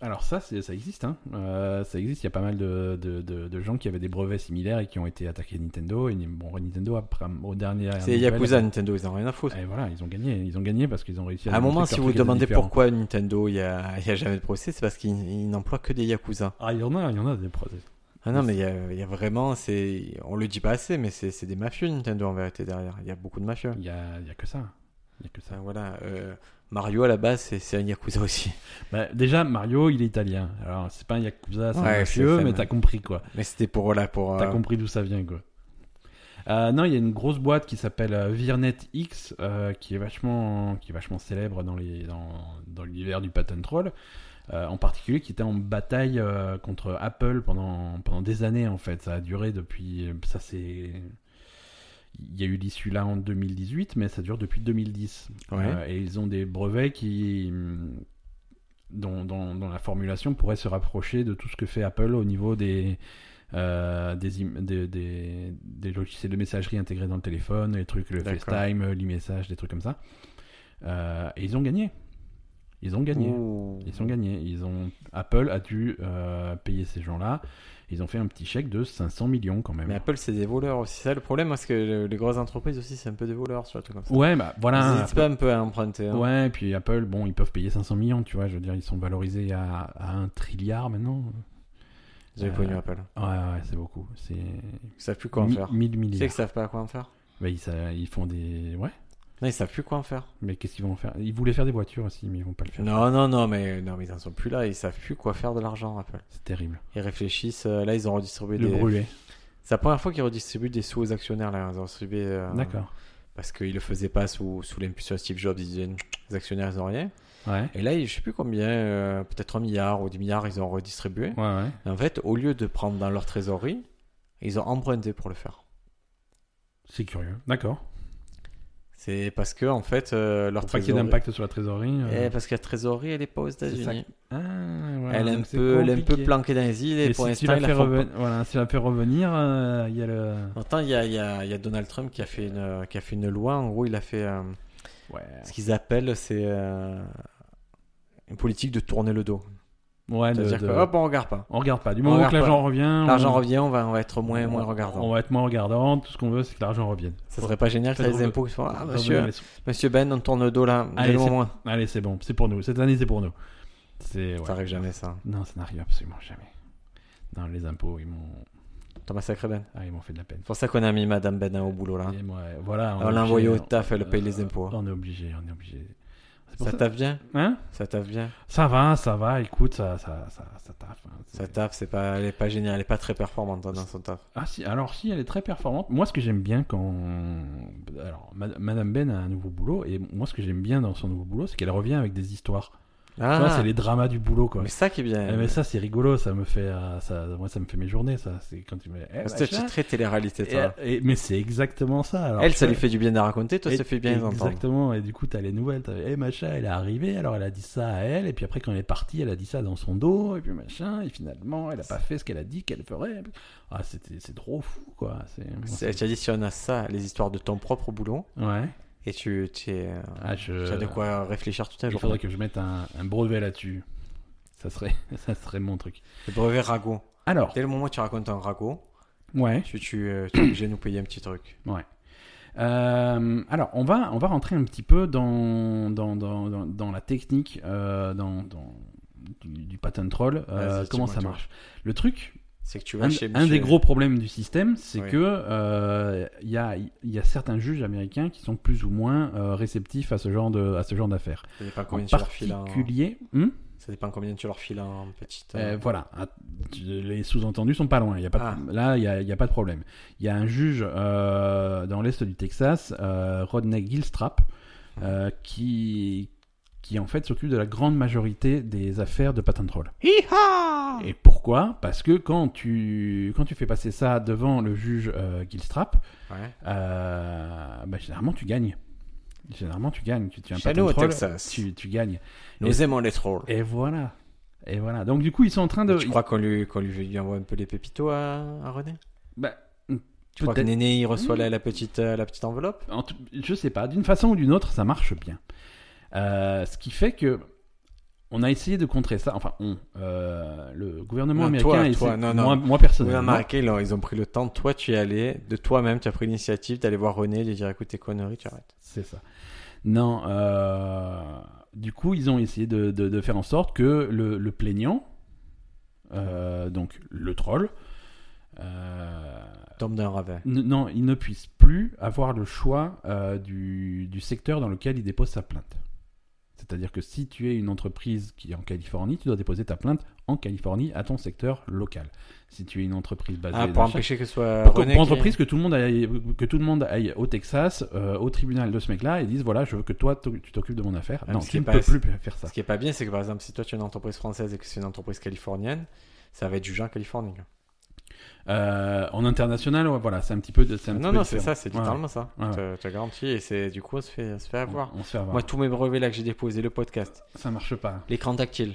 S1: Alors ça, c'est, ça existe, hein. Euh, ça existe, il y a pas mal de, de, de- de gens qui avaient des brevets similaires et qui ont été attaqués Nintendo. Et bon, Nintendo, après, au dernier...
S2: C'est Yakuza, Nintendo, ils n'ont rien à foutre.
S1: Et voilà, ils ont gagné, ils ont gagné parce qu'ils ont réussi à...
S2: À un moment,
S1: démontrer
S2: si
S1: que
S2: vous
S1: leur
S2: vous
S1: truc était
S2: demandez
S1: différent.
S2: pourquoi Nintendo, il n'y a, il y a jamais de procès, c'est parce qu'ils ils n'emploient que des Yakuza.
S1: Ah, il y en a, il y en a des procès.
S2: Ah non, mais il y a, il y a vraiment, c'est, on le dit pas assez, mais c'est c'est des mafieux Nintendo en vérité derrière. Il y a beaucoup de mafieux.
S1: Il y a, il y a que ça. Il y a que ça.
S2: Enfin, voilà, euh, Mario à la base, c'est- c'est un Yakuza aussi.
S1: Bah, déjà, Mario, il est italien. Alors, c'est pas un Yakuza, c'est
S2: Ouais,
S1: un
S2: c'est
S1: mafieux,
S2: ça,
S1: mais
S2: mais-
S1: t'as compris, quoi.
S2: Mais c'était pour là, pour.
S1: T'as
S2: euh,
S1: compris d'où ça vient, quoi. Euh, non, il y a une grosse boîte qui s'appelle euh, Virnet X, euh, qui, est vachement, qui est vachement célèbre dans les- dans, dans l'univers du patent troll, euh, en particulier qui était en bataille euh, contre Apple pendant, pendant des années, en fait. Ça a duré depuis... Ça, c'est... Il y a eu l'issue là en 2018, mais ça dure depuis 2010.
S2: Ouais.
S1: Euh, et ils ont des brevets qui, hum, dont, dont- dont la formulation pourrait se rapprocher de tout ce que fait Apple au niveau des, euh, des, im- des, des- des logiciels de messagerie intégrés dans le téléphone, les trucs, le
S2: D'accord.
S1: FaceTime, euh, l'e-message, des trucs comme ça. Euh, et ils ont gagné. Ils ont gagné.
S2: Ouh.
S1: Ils ont gagné. Ils ont... Apple a dû euh, payer ces gens-là. Ils ont fait un petit chèque de 500 millions quand même.
S2: Mais Apple, c'est des voleurs aussi. C'est ça le problème, parce que le- les grosses entreprises aussi, c'est un peu des voleurs sur le truc comme ça.
S1: Ouais, bah
S2: Ils
S1: voilà.
S2: n'hésitent pas un peu à emprunter. hein.
S1: Ouais, et puis Apple, bon, ils peuvent payer 500 millions, tu vois, je veux dire, ils sont valorisés à, à un trilliard maintenant.
S2: Ils avaient
S1: Euh,
S2: connu Apple.
S1: Ouais, ouais, c'est beaucoup. C'est
S2: Ils savent plus quoi en
S1: mi-
S2: faire.
S1: 1000
S2: Tu sais
S1: milliards.
S2: qu'ils savent pas quoi en faire.
S1: Bah, ils, ça- ils font des... Ouais,
S2: Non, ils savent plus quoi en faire.
S1: mais qu'est-ce qu'ils vont en faire Ils voulaient faire des voitures aussi, mais ils vont pas le faire.
S2: Non, non, non, mais non, mais ils en sont plus là. Ils savent plus quoi faire de l'argent, Apple.
S1: C'est terrible.
S2: Ils réfléchissent. euh, Là, ils ont redistribué
S1: Le
S2: des.
S1: brûler.
S2: C'est la première fois qu'ils redistribuent des sous aux actionnaires. Là. Ils ont distribué, euh,
S1: D'accord.
S2: Parce qu'ils le faisaient pas sous, sous l'impulsion de Steve Jobs. Ils disaient, les actionnaires, ils ont rien.
S1: Ouais.
S2: Et là, ils- je sais plus combien, euh, peut-être 1 milliard ou 10 milliards, ils ont redistribué.
S1: Ouais, ouais.
S2: Et en fait, au lieu de prendre dans leur trésorerie, ils ont emprunté pour le faire.
S1: C'est curieux. D'accord.
S2: C'est parce que, en fait, euh, leur
S1: Pour pas qu'il y ait
S2: trésorerie.
S1: d'impact sur la trésorerie. euh,
S2: Eh, parce que la trésorerie, elle est pas aux États-Unis.
S1: Ah, voilà,
S2: Elle, est un
S1: donc c'est
S2: peu- elle est un peu
S1: compliqué.
S2: planquée dans les îles et,
S1: Et
S2: pour
S1: si tu
S2: l'instant,
S1: la
S2: ils la
S1: fais
S2: font pas.
S1: reven- voilà, si tu la fais revenir, euh, il y a le...
S2: Pourtant, il y a, il y a- il y a Donald Trump qui a, fait une, euh, qui a fait une loi. En gros, il a fait euh,
S1: Ouais,
S2: ce qu'ils appellent c'est euh, une politique de tourner le dos.
S1: ouais de,
S2: C'est-à-dire
S1: de-
S2: que hop, on regarde pas.
S1: on regarde pas. Du
S2: on
S1: moment
S2: regarde
S1: que l'argent
S2: pas.
S1: revient...
S2: L'argent
S1: on-
S2: revient, on va, on va être moins, moins
S1: On-
S2: regardant.
S1: On va être moins regardant, tout ce qu'on veut c'est que l'argent revienne.
S2: Ça serait pas génial que ça
S1: Faites
S2: les
S1: reven-
S2: impôts qui font Ah,
S1: Revenez
S2: monsieur,
S1: les sous.
S2: monsieur Ben, on tourne le dos là.
S1: Allez,
S2: Allez,
S1: c'est-
S2: moi
S1: Allez, c'est bon, c'est pour nous. Cette année, c'est pour nous. C'est, ouais.
S2: Ça arrive jamais, ça.
S1: Non, ça n'arrive absolument jamais. Non, les impôts, ils m'ont,
S2: T'as massacré Ben.
S1: ah, ils m'ont fait de la peine.
S2: C'est pour ça qu'on a mis Madame Benin au boulot, là.
S1: Et moi, euh, voilà,
S2: On
S1: est
S2: l'a envoyée
S1: obligé,
S2: Ah. au taf, elle
S1: euh,
S2: paye les impôts. hein.
S1: On est obligé, on est obligé. C'est pour
S2: Ça
S1: ça-
S2: taffe bien
S1: Hein
S2: Ça taffe bien.
S1: Ça va, ça va, écoute, ça, ça, ça, ça taffe, hein, c'est-
S2: Ça taffe, c'est pas... elle est pas géniale, elle est pas très performante hein, dans son taf.
S1: Ah si, alors si, elle est très performante. Moi, ce que j'aime bien quand... Alors, Mad- Madame Ben a un nouveau boulot, et moi, ce que j'aime bien dans son nouveau boulot, c'est qu'elle revient avec des histoires. Tu vois,
S2: Ah,
S1: c'est les dramas du boulot, quoi.
S2: mais ça qui est bien.
S1: Eh, mais ça, c'est rigolo, ça me fait... euh, ça, moi, ça me fait mes journées, ça. C'est quand tu me... Eh,
S2: Parce que tu
S1: machin.
S2: es très télé-réalité,
S1: Et-
S2: toi.
S1: et- mais c'est exactement ça. Alors,
S2: elle,
S1: tu
S2: ça
S1: vois,
S2: lui fait du bien de raconter, toi,
S1: et-
S2: ça fait bien d'entendre.
S1: Exactement, et du coup, t'as les nouvelles, t'as, eh, machin, elle est arrivée, alors elle a dit ça à elle, et puis après, quand elle est partie, elle a dit ça dans son dos, et puis machin, et finalement, elle a pas fait ce qu'elle a dit qu'elle ferait. Ah, c'était, c'est trop fou, quoi. C'est,
S2: C'est- Tu as dit, si on a ça, les histoires de ton propre boulot,
S1: Ouais.
S2: et tu, tu es, euh,
S1: Ah, je-
S2: tu as de quoi réfléchir tout à
S1: Il
S2: l'heure.
S1: faudrait que je mette un, un brevet là-dessus. Ça serait, ça serait mon truc.
S2: Le brevet ragot.
S1: Alors,
S2: Dès le moment où tu racontes un ragot,
S1: ouais.
S2: tu, tu, euh, tu es obligé de nous payer un petit truc.
S1: Euh, alors, on va, on va rentrer un petit peu dans, dans, dans, dans, dans la technique, euh, dans, dans- du, du pattern troll, euh,
S2: Vas-y,
S1: comment
S2: dis-moi
S1: ça
S2: tout.
S1: marche. Le truc,
S2: C'est que tu vas
S1: un,
S2: chez
S1: un
S2: monsieur-
S1: des gros problèmes du système, c'est
S2: Oui.
S1: que euh, il y, a, il y a certains juges américains qui sont plus ou moins euh, réceptifs à ce genre de- à ce genre d'affaires.
S2: Ça dépend
S1: En
S2: combien tu leur hein files en...
S1: particulier, Hmm
S2: Ça dépend combien tu leur files en petite...
S1: Euh,
S2: euh,
S1: voilà, Ah, tu- les sous-entendus sont pas loin. Il Y a pas de-
S2: Ah.
S1: Là, il n'y a, il y a pas de problème. Il y a un juge euh, dans l'est du Texas, euh, Rodney Gilstrap, euh, qui, qui en fait s'occupe de la grande majorité des affaires de patent troll.
S2: Ah.
S1: Et pourquoi Parce que quand tu, quand tu fais passer ça devant le juge euh, Gilstrap,
S2: Ouais.
S1: euh, bah, généralement tu gagnes. Généralement tu gagnes. Tu, tu es un
S2: Chez
S1: patent
S2: nous, au
S1: troll,
S2: Texas.
S1: tu, tu gagnes.
S2: Nous aimons les trolls.
S1: Et voilà. Et voilà. Donc du coup, ils sont en train de.
S2: Tu crois qu'on lui, qu'on lui, lui envoie un peu les pépitos à, à René
S1: Bah,
S2: Tu crois que
S1: peut-être-
S2: Néné, il reçoit la, la petite, euh, la petite enveloppe
S1: En tout- je sais pas, d'une façon ou d'une autre, ça marche bien. Euh, ce qui fait que on a essayé de contrer ça. Enfin, on, euh, le gouvernement
S2: Non,
S1: américain,
S2: toi,
S1: a essayé-
S2: toi, non, non.
S1: moi, moi
S2: Oui, on a
S1: personnellement.
S2: marqué, là, ils ont pris le temps. Toi, tu y es allé. De toi-même, tu as pris l'initiative d'aller voir René, lui dire écoute, tes conneries, tu arrêtes.
S1: C'est ça. Non, euh, du coup, ils ont essayé de, de- de faire en sorte que le, le plaignant, euh, donc le troll, euh,
S2: Tombe d'un ravin.
S1: n- non, il ne puisse plus avoir le choix euh, du, du secteur dans lequel il dépose sa plainte. C'est-à-dire que si tu es une entreprise qui est en Californie, tu dois déposer ta plainte en Californie à ton secteur local. Si tu es une entreprise basée
S2: Ah,
S1: dans
S2: pour
S1: chaque-
S2: empêcher que ce soit
S1: pour, que-
S2: René.
S1: pour
S2: qui-
S1: entreprise que tout le monde aille, que tout le monde aille au Texas, euh, au tribunal de ce mec-là, et dise voilà, je veux que toi t'oc- tu t'occupes de mon affaire.
S2: Ah,
S1: non,
S2: mais
S1: tu
S2: c'est
S1: ne
S2: pas-
S1: peux plus faire ça.
S2: Ce qui est pas bien, c'est que par exemple, si toi, tu es une entreprise française et que c'est une entreprise californienne, ça va être jugé en Californie.
S1: Euh, en international, ouais, voilà, c'est un petit peu de. c'est un petit
S2: Non,
S1: peu
S2: non, c'est
S1: différent.
S2: ça, c'est
S1: Ouais,
S2: littéralement ça.
S1: Ouais, ouais.
S2: Te- te garantis. Et c'est du coup, on se fait, on se fait avoir.
S1: On, on se fait avoir.
S2: Moi, tous mes brevets là que j'ai déposés, le podcast,
S1: Ça marche pas.
S2: l'écran tactile,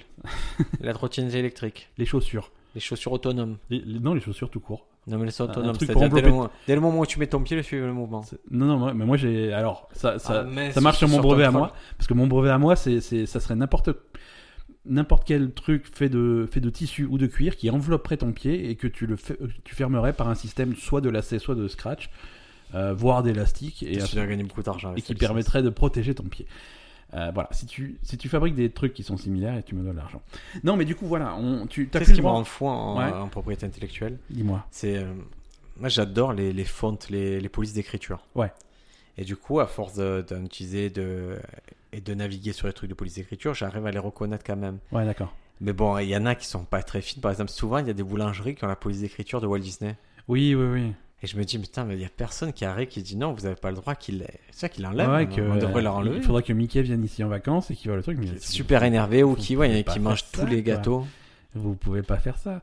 S2: la trottinette électrique,
S1: Les chaussures.
S2: les chaussures autonomes.
S1: Les- les- non, les chaussures tout court.
S2: Non, mais elles sont
S1: Un
S2: autonomes.
S1: truc
S2: c'est-à-dire
S1: pour
S2: dès, le
S1: envelopper-
S2: moment- dès le moment où tu mets ton pied, le suivi le mouvement.
S1: C'est- Non, non, moi- mais moi j'ai. Alors, ça, ça,
S2: Ah, mais
S1: ça marche sur mon
S2: ton
S1: brevet à
S2: troll.
S1: moi. Parce que mon brevet à moi, c'est, c'est, ça serait n'importe, n'importe quel truc fait de, fait de tissu ou de cuir qui envelopperait ton pied et que tu, le fais- euh, tu fermerais par un système soit de lacet, soit de scratch, euh, voire d'élastique, et,
S2: Et tu dois gagner beaucoup d'argent. avec
S1: et qui
S2: cette licence.
S1: permettrait de protéger ton pied. Euh, voilà, si tu, si tu fabriques des trucs qui sont similaires et tu me donnes l'argent. Non, mais du coup, voilà, on, tu t'as
S2: Tu sais
S1: plus
S2: ce
S1: le
S2: qui me
S1: droit.
S2: rend fou en,
S1: Ouais.
S2: en propriété intellectuelle
S1: Dis-moi.
S2: C'est. euh, moi, j'adore les, les fontes, les, les polices d'écriture.
S1: Ouais.
S2: Et du coup, à force de- d'en utiliser de, et de naviguer sur les trucs de police d'écriture, j'arrive à les reconnaître quand même.
S1: Ouais, d'accord.
S2: Mais bon, il y en a qui sont pas très fines. Par exemple, souvent, il y a des boulangeries qui ont la police d'écriture de Walt Disney.
S1: Oui, oui, oui.
S2: Et je me dis, putain, mais il y a personne qui arrête, qui dit non, vous avez pas le droit qu'il l'ait. C'est ça qu'il enlève.
S1: Ouais,
S2: hein.
S1: que,
S2: On devrait
S1: euh,
S2: leur enlever.
S1: Il faudrait que Mickey vienne ici en vacances et qu'il voit le truc. Mais c'est-
S2: Super énervé ou
S1: Faut-
S2: qui, ouais,
S1: faut
S2: il y en a
S1: pas
S2: qui
S1: faire
S2: mange
S1: ça,
S2: tous les
S1: quoi.
S2: gâteaux.
S1: Vous pouvez pas faire ça.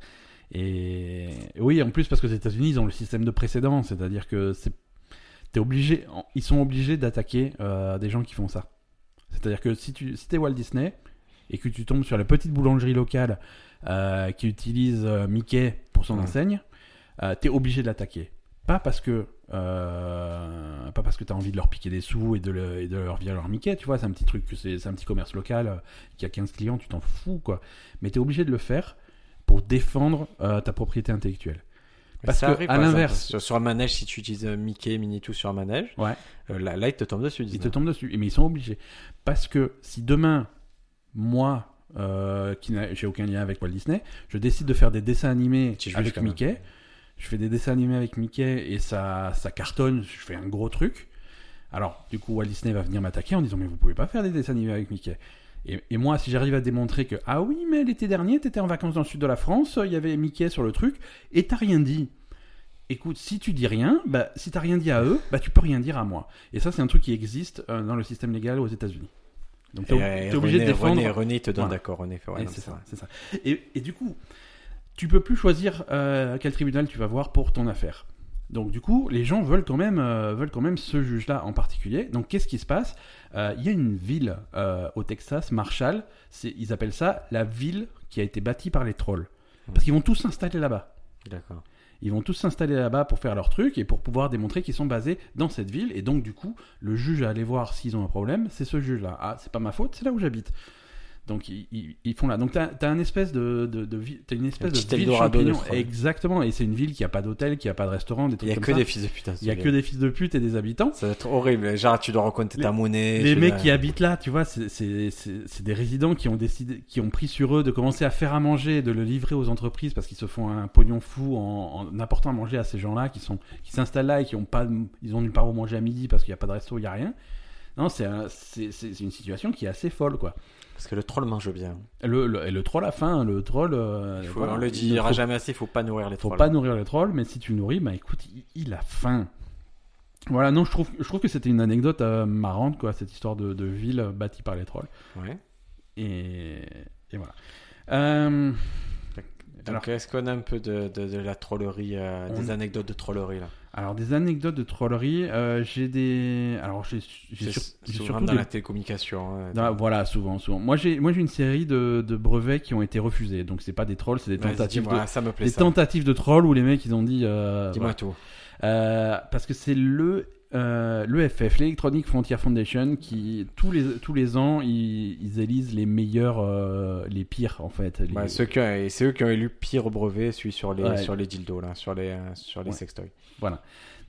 S1: Et oui, en plus parce que les États-Unis ils ont le système de précédent, c'est-à-dire que c'est t'es obligé, en- ils sont obligés d'attaquer euh, des gens qui font ça. C'est-à-dire que si tu si t'es Walt Disney et que tu tombes sur la petite boulangerie locale euh, qui utilise euh, Mickey pour son
S2: Ouais.
S1: enseigne, euh, t'es obligé de l'attaquer. Pas parce que euh, pas parce que t'as envie de leur piquer des sous et de, le- et de leur virer leur Mickey, tu vois, c'est un petit truc que c'est c'est un petit commerce local euh, qui a 15 clients, tu t'en fous quoi. Mais t'es obligé de le faire pour défendre euh, ta propriété intellectuelle. Parce
S2: Ça
S1: que,
S2: arrive,
S1: à
S2: par exemple,
S1: l'inverse-
S2: Sur, sur un manège, si tu utilises euh, Mickey, Minnie, tout sur un manège,
S1: Ouais.
S2: euh, là, là, il te tombe dessus.
S1: Ils
S2: Disney.
S1: te tombent dessus. Et- Mais ils sont obligés. Parce que si demain, moi, euh, qui n'a- j'ai aucun lien avec Walt Disney. Je décide de faire des dessins animés
S2: T'es juif,
S1: avec
S2: quand même.
S1: Mickey. Je fais des dessins animés avec Mickey et ça, ça cartonne. Je fais un gros truc. Alors, du coup, Walt Disney va venir m'attaquer en disant Mais vous pouvez pas faire des dessins animés avec Mickey. Et, et moi, si j'arrive à démontrer que Ah oui, mais l'été dernier, t'étais en vacances dans le sud de la France, il y avait Mickey sur le truc, et t'as rien dit. Écoute, si tu dis rien, bah, si t'as rien dit à eux, bah, tu peux rien dire à moi. Et ça, c'est un truc qui existe euh, dans le système légal aux États-Unis. Donc, t'es
S2: Et,
S1: ob-
S2: euh,
S1: t'es obligé de
S2: René-
S1: défendre.
S2: René, René te donne
S1: Voilà.
S2: d'accord, René. fait, ouais,
S1: Et
S2: non,
S1: c'est
S2: c'est
S1: ça,
S2: vrai.
S1: c'est ça. Et, et du coup, tu peux plus choisir euh, quel tribunal tu vas voir pour ton affaire. Donc du coup, les gens veulent quand même, euh, veulent quand même ce juge-là en particulier. Donc qu'est-ce qui se passe Euh, Il y a une ville euh, au Texas, Marshall. c'est- Ils appellent ça la ville qui a été bâtie par les trolls, parce qu'ils vont tous s'installer là-bas.
S2: D'accord.
S1: Ils vont tous s'installer là-bas pour faire leur truc et pour pouvoir démontrer qu'ils sont basés dans cette ville. Et donc, du coup, le juge à aller voir s'ils ont un problème, c'est ce juge-là. Ah, c'est pas ma faute, c'est là où j'habite. Donc, ils, ils- ils font là. Donc, t'as as une espèce de, de, de vi- t'as une espèce de
S2: Un petit
S1: ville
S2: Eldorado de
S1: champignon.
S2: fraude.
S1: Exactement. Et c'est une ville qui a pas d'hôtel, qui a pas de restaurant, des
S2: Il
S1: trucs
S2: y a
S1: comme
S2: que
S1: ça.
S2: des fils de hein, putain.
S1: Il y a
S2: ce
S1: que
S2: gars.
S1: des fils de pute et des habitants.
S2: Ça doit être horrible. Genre, tu dois recompter ta monnaie.
S1: Les
S2: tu
S1: mecs
S2: dois-
S1: qui habitent là, tu vois, c'est- c'est c'est- c'est des résidents qui ont décidé, qui ont pris sur eux de commencer à faire à manger, et de le livrer aux entreprises parce qu'ils se font un pognon fou en, en apportant à manger à ces gens-là qui sont qui s'installent là et qui ont pas, ils ont nulle part où manger à midi parce qu'il n'y a pas de resto, il n'y a rien. Non, c'est un- c'est c'est- c'est une situation qui est assez folle, quoi.
S2: Parce que le troll mange bien.
S1: Le, le, et le troll à faim, le troll. euh,
S2: Il faut,
S1: voilà,
S2: on le
S1: il ne
S2: dira
S1: faut
S2: jamais assez, il faut pas nourrir les
S1: faut
S2: trolls.
S1: pas nourrir le troll, mais si tu le nourris, bah écoute, il, il a faim. Voilà, non, je trouve, je trouve que c'était une anecdote euh, marrante, quoi, cette histoire de, de ville euh, bâtie par les trolls.
S2: Ouais.
S1: Et, et voilà. Euh,
S2: Donc,
S1: alors,
S2: est-ce qu'on a un peu de, de, de la trollerie, euh,
S1: On-
S2: des anecdotes de trollerie là
S1: alors, des anecdotes de trollerie, euh, j'ai des. Alors, j'ai j'ai
S2: C'est
S1: sur-
S2: s-
S1: j'ai
S2: souvent
S1: surtout
S2: dans
S1: des-
S2: la télécommunication. hein.
S1: dans la- Voilà, souvent, souvent. Moi, j'ai moi, j'ai une série de, de brevets qui ont été refusés. Donc, c'est pas des trolls, c'est des
S2: Vas-y,
S1: tentatives
S2: dis-moi,
S1: de.
S2: ça me plaît
S1: Des
S2: ça.
S1: tentatives de trolls où les mecs ils ont dit. euh,
S2: Dis-moi tout.
S1: Euh, parce que c'est le euh, l'EFF, l'Electronic Frontier Foundation, qui tous les tous les ans ils, ils élisent les meilleurs, euh, les pires en fait. les-
S2: Bah, ceux qui ont- et c'est eux qui ont élu pire brevet, celui sur les,
S1: Ouais.
S2: sur les dildos, là, sur les, euh, sur les
S1: Ouais.
S2: sextoys.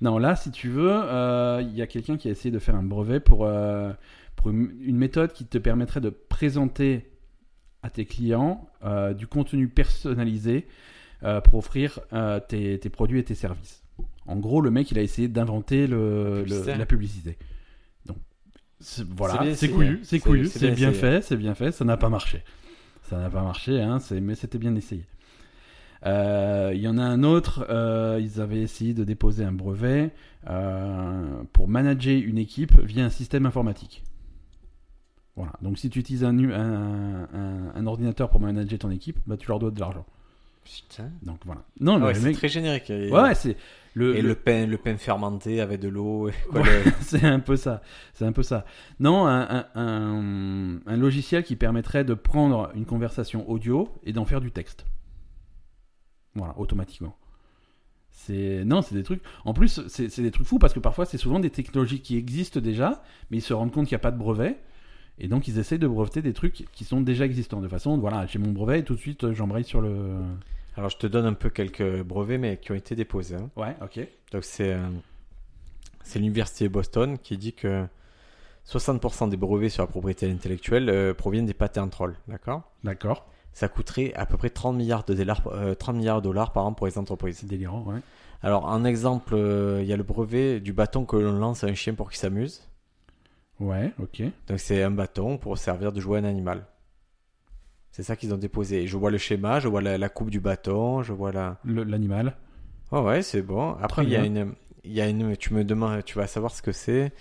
S1: Non, là, si tu veux, euh, il y a quelqu'un qui a essayé de faire un brevet pour euh, pour une, une méthode qui te permettrait de présenter à tes clients euh, du contenu personnalisé euh, pour offrir euh, tes, tes produits et tes services. En gros, le mec, il a essayé d'inventer le, le-
S2: Publicité.
S1: la publicité. Donc, c'est-
S2: C'est bien
S1: voilà, c'est
S2: essayé.
S1: couillu, c'est
S2: C'est-
S1: couillu,
S2: c'est
S1: c'est
S2: bien
S1: bien
S2: essayé.
S1: fait, c'est bien fait, ça n'a pas marché. Ça n'a pas marché, hein, c'est- mais c'était bien essayé. Euh, Il y en a un autre, euh, ils avaient essayé de déposer un brevet euh, pour manager une équipe via un système informatique. Voilà. Donc si tu utilises un, nu- un, un- un ordinateur pour manager ton équipe, bah, tu leur dois de l'argent.
S2: Putain.
S1: Donc voilà. Non,
S2: Ah
S1: mais
S2: ouais,
S1: le
S2: c'est
S1: mec-
S2: très générique. Et,
S1: Ouais, ouais, c'est le,
S2: et
S1: le-
S2: le, pain, le pain fermenté avec de l'eau. et quoi, le-
S1: c'est un peu ça. C'est un peu ça. Non, un, un- un- un logiciel qui permettrait de prendre une conversation audio et d'en faire du texte. Voilà, automatiquement. C'est non, c'est des trucs. En plus, c'est c'est des trucs fous parce que parfois, c'est souvent des technologies qui existent déjà, mais ils se rendent compte qu'il n'y a pas de brevet. Et donc, ils essayent de breveter des trucs qui sont déjà existants. De façon, voilà, j'ai mon brevet et tout de suite, euh, j'embraye sur le.
S2: Alors, je te donne un peu quelques brevets, mais qui ont été déposés. hein.
S1: Ouais, ok.
S2: Donc c'est euh, c'est l'université de Boston qui dit que 60% des brevets sur la propriété intellectuelle euh, proviennent des patents trolls, d'accord
S1: D'accord.
S2: Ça coûterait à peu près 30 milliards de dollars, euh, 30 milliards de dollars par an pour les entreprises.
S1: C'est délirant, ouais.
S2: Alors en exemple, euh, il y a le brevet du bâton que l'on lance à un chien pour qu'il s'amuse.
S1: Ouais, ok.
S2: Donc c'est un bâton pour servir de jouet à un animal. C'est ça qu'ils ont déposé. Je vois le schéma, je vois la, la coupe du bâton, je vois la...
S1: Le- L'animal.
S2: Ouais, Ah ouais, c'est bon. Après, il y a une, il y a une, tu me demandes, tu vas savoir ce que c'est.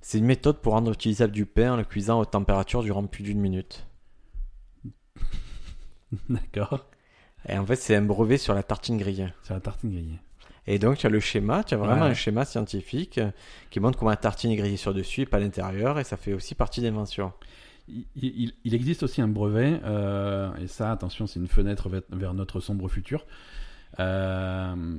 S2: C'est une méthode pour rendre utilisable du pain en le cuisant à haute température durant plus d'une minute.
S1: D'accord.
S2: Et en fait, c'est un brevet sur la tartine grillée.
S1: C'est la tartine grillée.
S2: Et donc, tu as le schéma, tu as vraiment
S1: Ouais.
S2: un schéma scientifique euh, qui montre comment la tartine est grillée sur dessus et pas à l'intérieur, et ça fait aussi partie des inventions.
S1: Il, il- il existe aussi un brevet, euh, et ça, attention, c'est une fenêtre vers, vers notre sombre futur. Euh,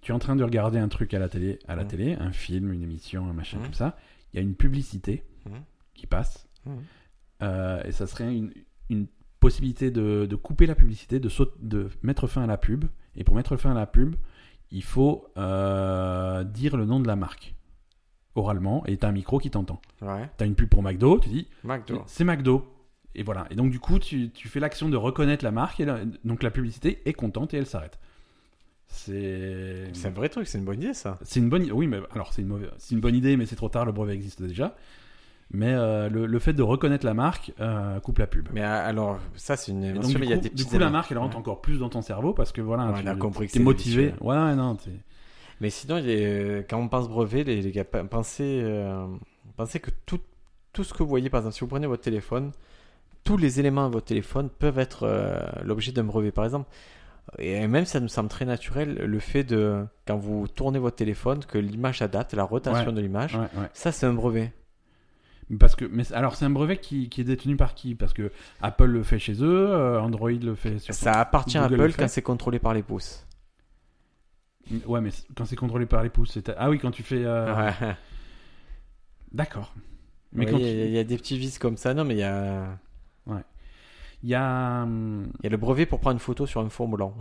S1: tu es en train de regarder un truc à la télé, à la
S2: Mhm.
S1: télé un film, une émission, un machin
S2: Mhm.
S1: comme ça. Il y a une publicité
S2: Mhm.
S1: qui passe,
S2: Mhm.
S1: Euh, et ça serait une, une possibilité de, de couper la publicité, de, saut- de mettre fin à la pub. Et pour mettre fin à la pub, il faut euh, dire le nom de la marque oralement, et t'as un micro qui t'entend.
S2: Ouais.
S1: T'as une pub pour McDo, tu dis
S2: McDo.
S1: c'est McDo. Et voilà. Et donc, du coup, tu, tu fais l'action de reconnaître la marque. Et la- donc, la publicité est contente et elle s'arrête. C'est.
S2: C'est un vrai truc, c'est une bonne idée ça.
S1: C'est une bonne. Oui, mais alors c'est une mauvaise- C'est une bonne idée, mais c'est trop tard. Le brevet existe déjà. Mais euh, le, le fait de reconnaître la marque euh, coupe la pub.
S2: Mais euh, alors, ça c'est une.
S1: Et
S2: bien
S1: donc,
S2: sûr,
S1: du
S2: il y a
S1: coup,
S2: des
S1: du
S2: petits
S1: coup, la
S2: éléments.
S1: marque, elle rentre
S2: Ouais.
S1: encore plus dans ton cerveau parce que voilà,
S2: Ouais,
S1: tu
S2: elle a compris que
S1: t'es
S2: c'est
S1: motivé.
S2: délicieux.
S1: Ouais, ouais, non, t'es-
S2: Mais sinon, il est, euh, quand on pense brevet, les, les gars, pe- pensez, euh, pensez que tout, tout ce que vous voyez, par exemple, si vous prenez votre téléphone, tous les éléments de votre téléphone peuvent être euh, l'objet d'un brevet. Par exemple, et même ça nous semble très naturel, le fait de, quand vous tournez votre téléphone, que l'image adapte, la rotation
S1: Ouais.
S2: de l'image,
S1: ouais, ouais.
S2: ça c'est un brevet.
S1: Parce que, mais alors, c'est un brevet qui, qui est détenu par qui Parce que Apple le fait chez eux, euh, Android le fait sur.
S2: Ça appartient
S1: Google
S2: à
S1: le
S2: Apple
S1: fait.
S2: quand c'est contrôlé par les pouces.
S1: Ouais, mais c'est- quand c'est contrôlé par les pouces, c'est ah oui, quand tu fais. euh,
S2: Ouais.
S1: D'accord. Mais
S2: Ouais,
S1: quand
S2: il y, a-
S1: tu-
S2: il y a des petits vices comme ça, non mais il y a,
S1: il y a hum,
S2: il y a le brevet pour prendre une photo sur un fond blanc.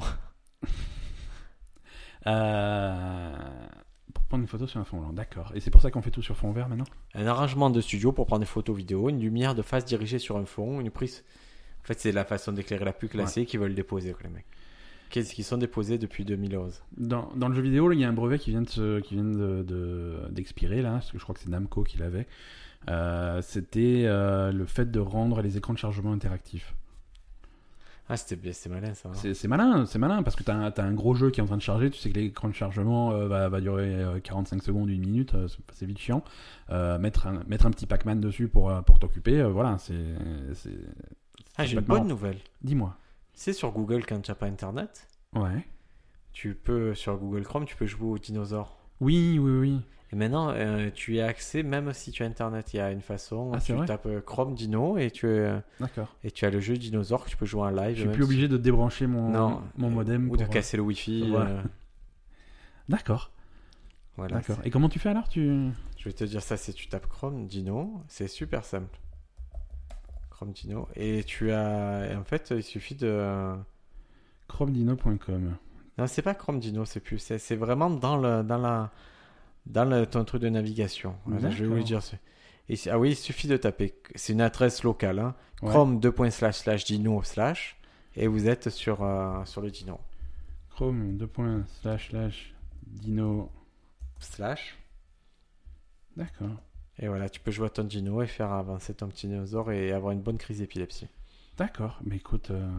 S1: Euh, Pour prendre une photo sur un fond blanc, d'accord. Et c'est pour ça qu'on fait tout sur fond vert maintenant
S2: Un arrangement de studio pour prendre des photos vidéo, une lumière de face dirigée sur un fond, une prise. En fait, c'est la façon d'éclairer la plus classée qu'ils veulent déposer, quoi, les mecs. Qu'est-ce qu'ils sont déposés depuis 2011
S1: dans, dans le jeu vidéo, là, il y a un brevet qui vient de se- qui vient de- de- d'expirer, là, parce que je crois que c'est Namco qui l'avait. Euh, C'était euh, le fait de rendre les écrans de chargement interactifs.
S2: Ah, c'était bien- c'est malin ça. hein.
S1: C'est c'est malin, c'est malin, parce que t'as un, t'as un gros jeu qui est en train de charger, tu sais que l'écran de chargement euh, va, va durer euh, 45 secondes, une minute, euh, c'est- c'est vite chiant. Euh, mettre, un, mettre un petit Pac-Man dessus pour, euh, pour t'occuper, euh, voilà, c'est... c'est-
S2: Ah, j'ai une
S1: complètement-
S2: bonne nouvelle.
S1: Dis-moi.
S2: C'est sur Google quand tu n'as pas internet,
S1: Ouais.
S2: tu peux, sur Google Chrome, tu peux jouer aux dinosaures.
S1: Oui, oui, oui.
S2: Et maintenant, euh, tu y as accès même si tu as internet. Il y a une façon,
S1: Ah, c'est
S2: tu
S1: vrai
S2: tapes euh, Chrome Dino et tu, euh,
S1: D'accord.
S2: et tu as le jeu dinosaure que tu peux jouer en live.
S1: Je suis
S2: même
S1: plus
S2: si-
S1: obligé de débrancher mon,
S2: Non, euh,
S1: mon modem.
S2: Ou de
S1: pour-
S2: casser le wifi.
S1: Voilà.
S2: euh,
S1: D'accord,
S2: voilà,
S1: d'accord. Et comment tu fais alors tu...
S2: Je vais te dire ça, c'est tu tapes Chrome Dino, c'est super simple. Chrome Dino. Et tu as. et en fait, il suffit de.
S1: ChromeDino.com.
S2: Non, c'est pas Chrome Dino, c'est plus. C'est, c'est vraiment dans, le, dans, la, dans le, ton truc de navigation. Voilà, je vais vous
S1: D'accord.
S2: le dire. c'est- et c'est- ah oui, il suffit de taper. C'est une adresse locale. hein.
S1: Ouais.
S2: Chrome 2. slash slash Dino slash. Et vous êtes sur, euh, sur le Dino.
S1: Chrome 2. point slash slash Dino.
S2: Slash.
S1: D'accord.
S2: Et voilà, tu peux jouer à ton Dino et faire avancer ton petit dinosaure et avoir une bonne crise d'épilepsie.
S1: D'accord. Mais écoute, euh,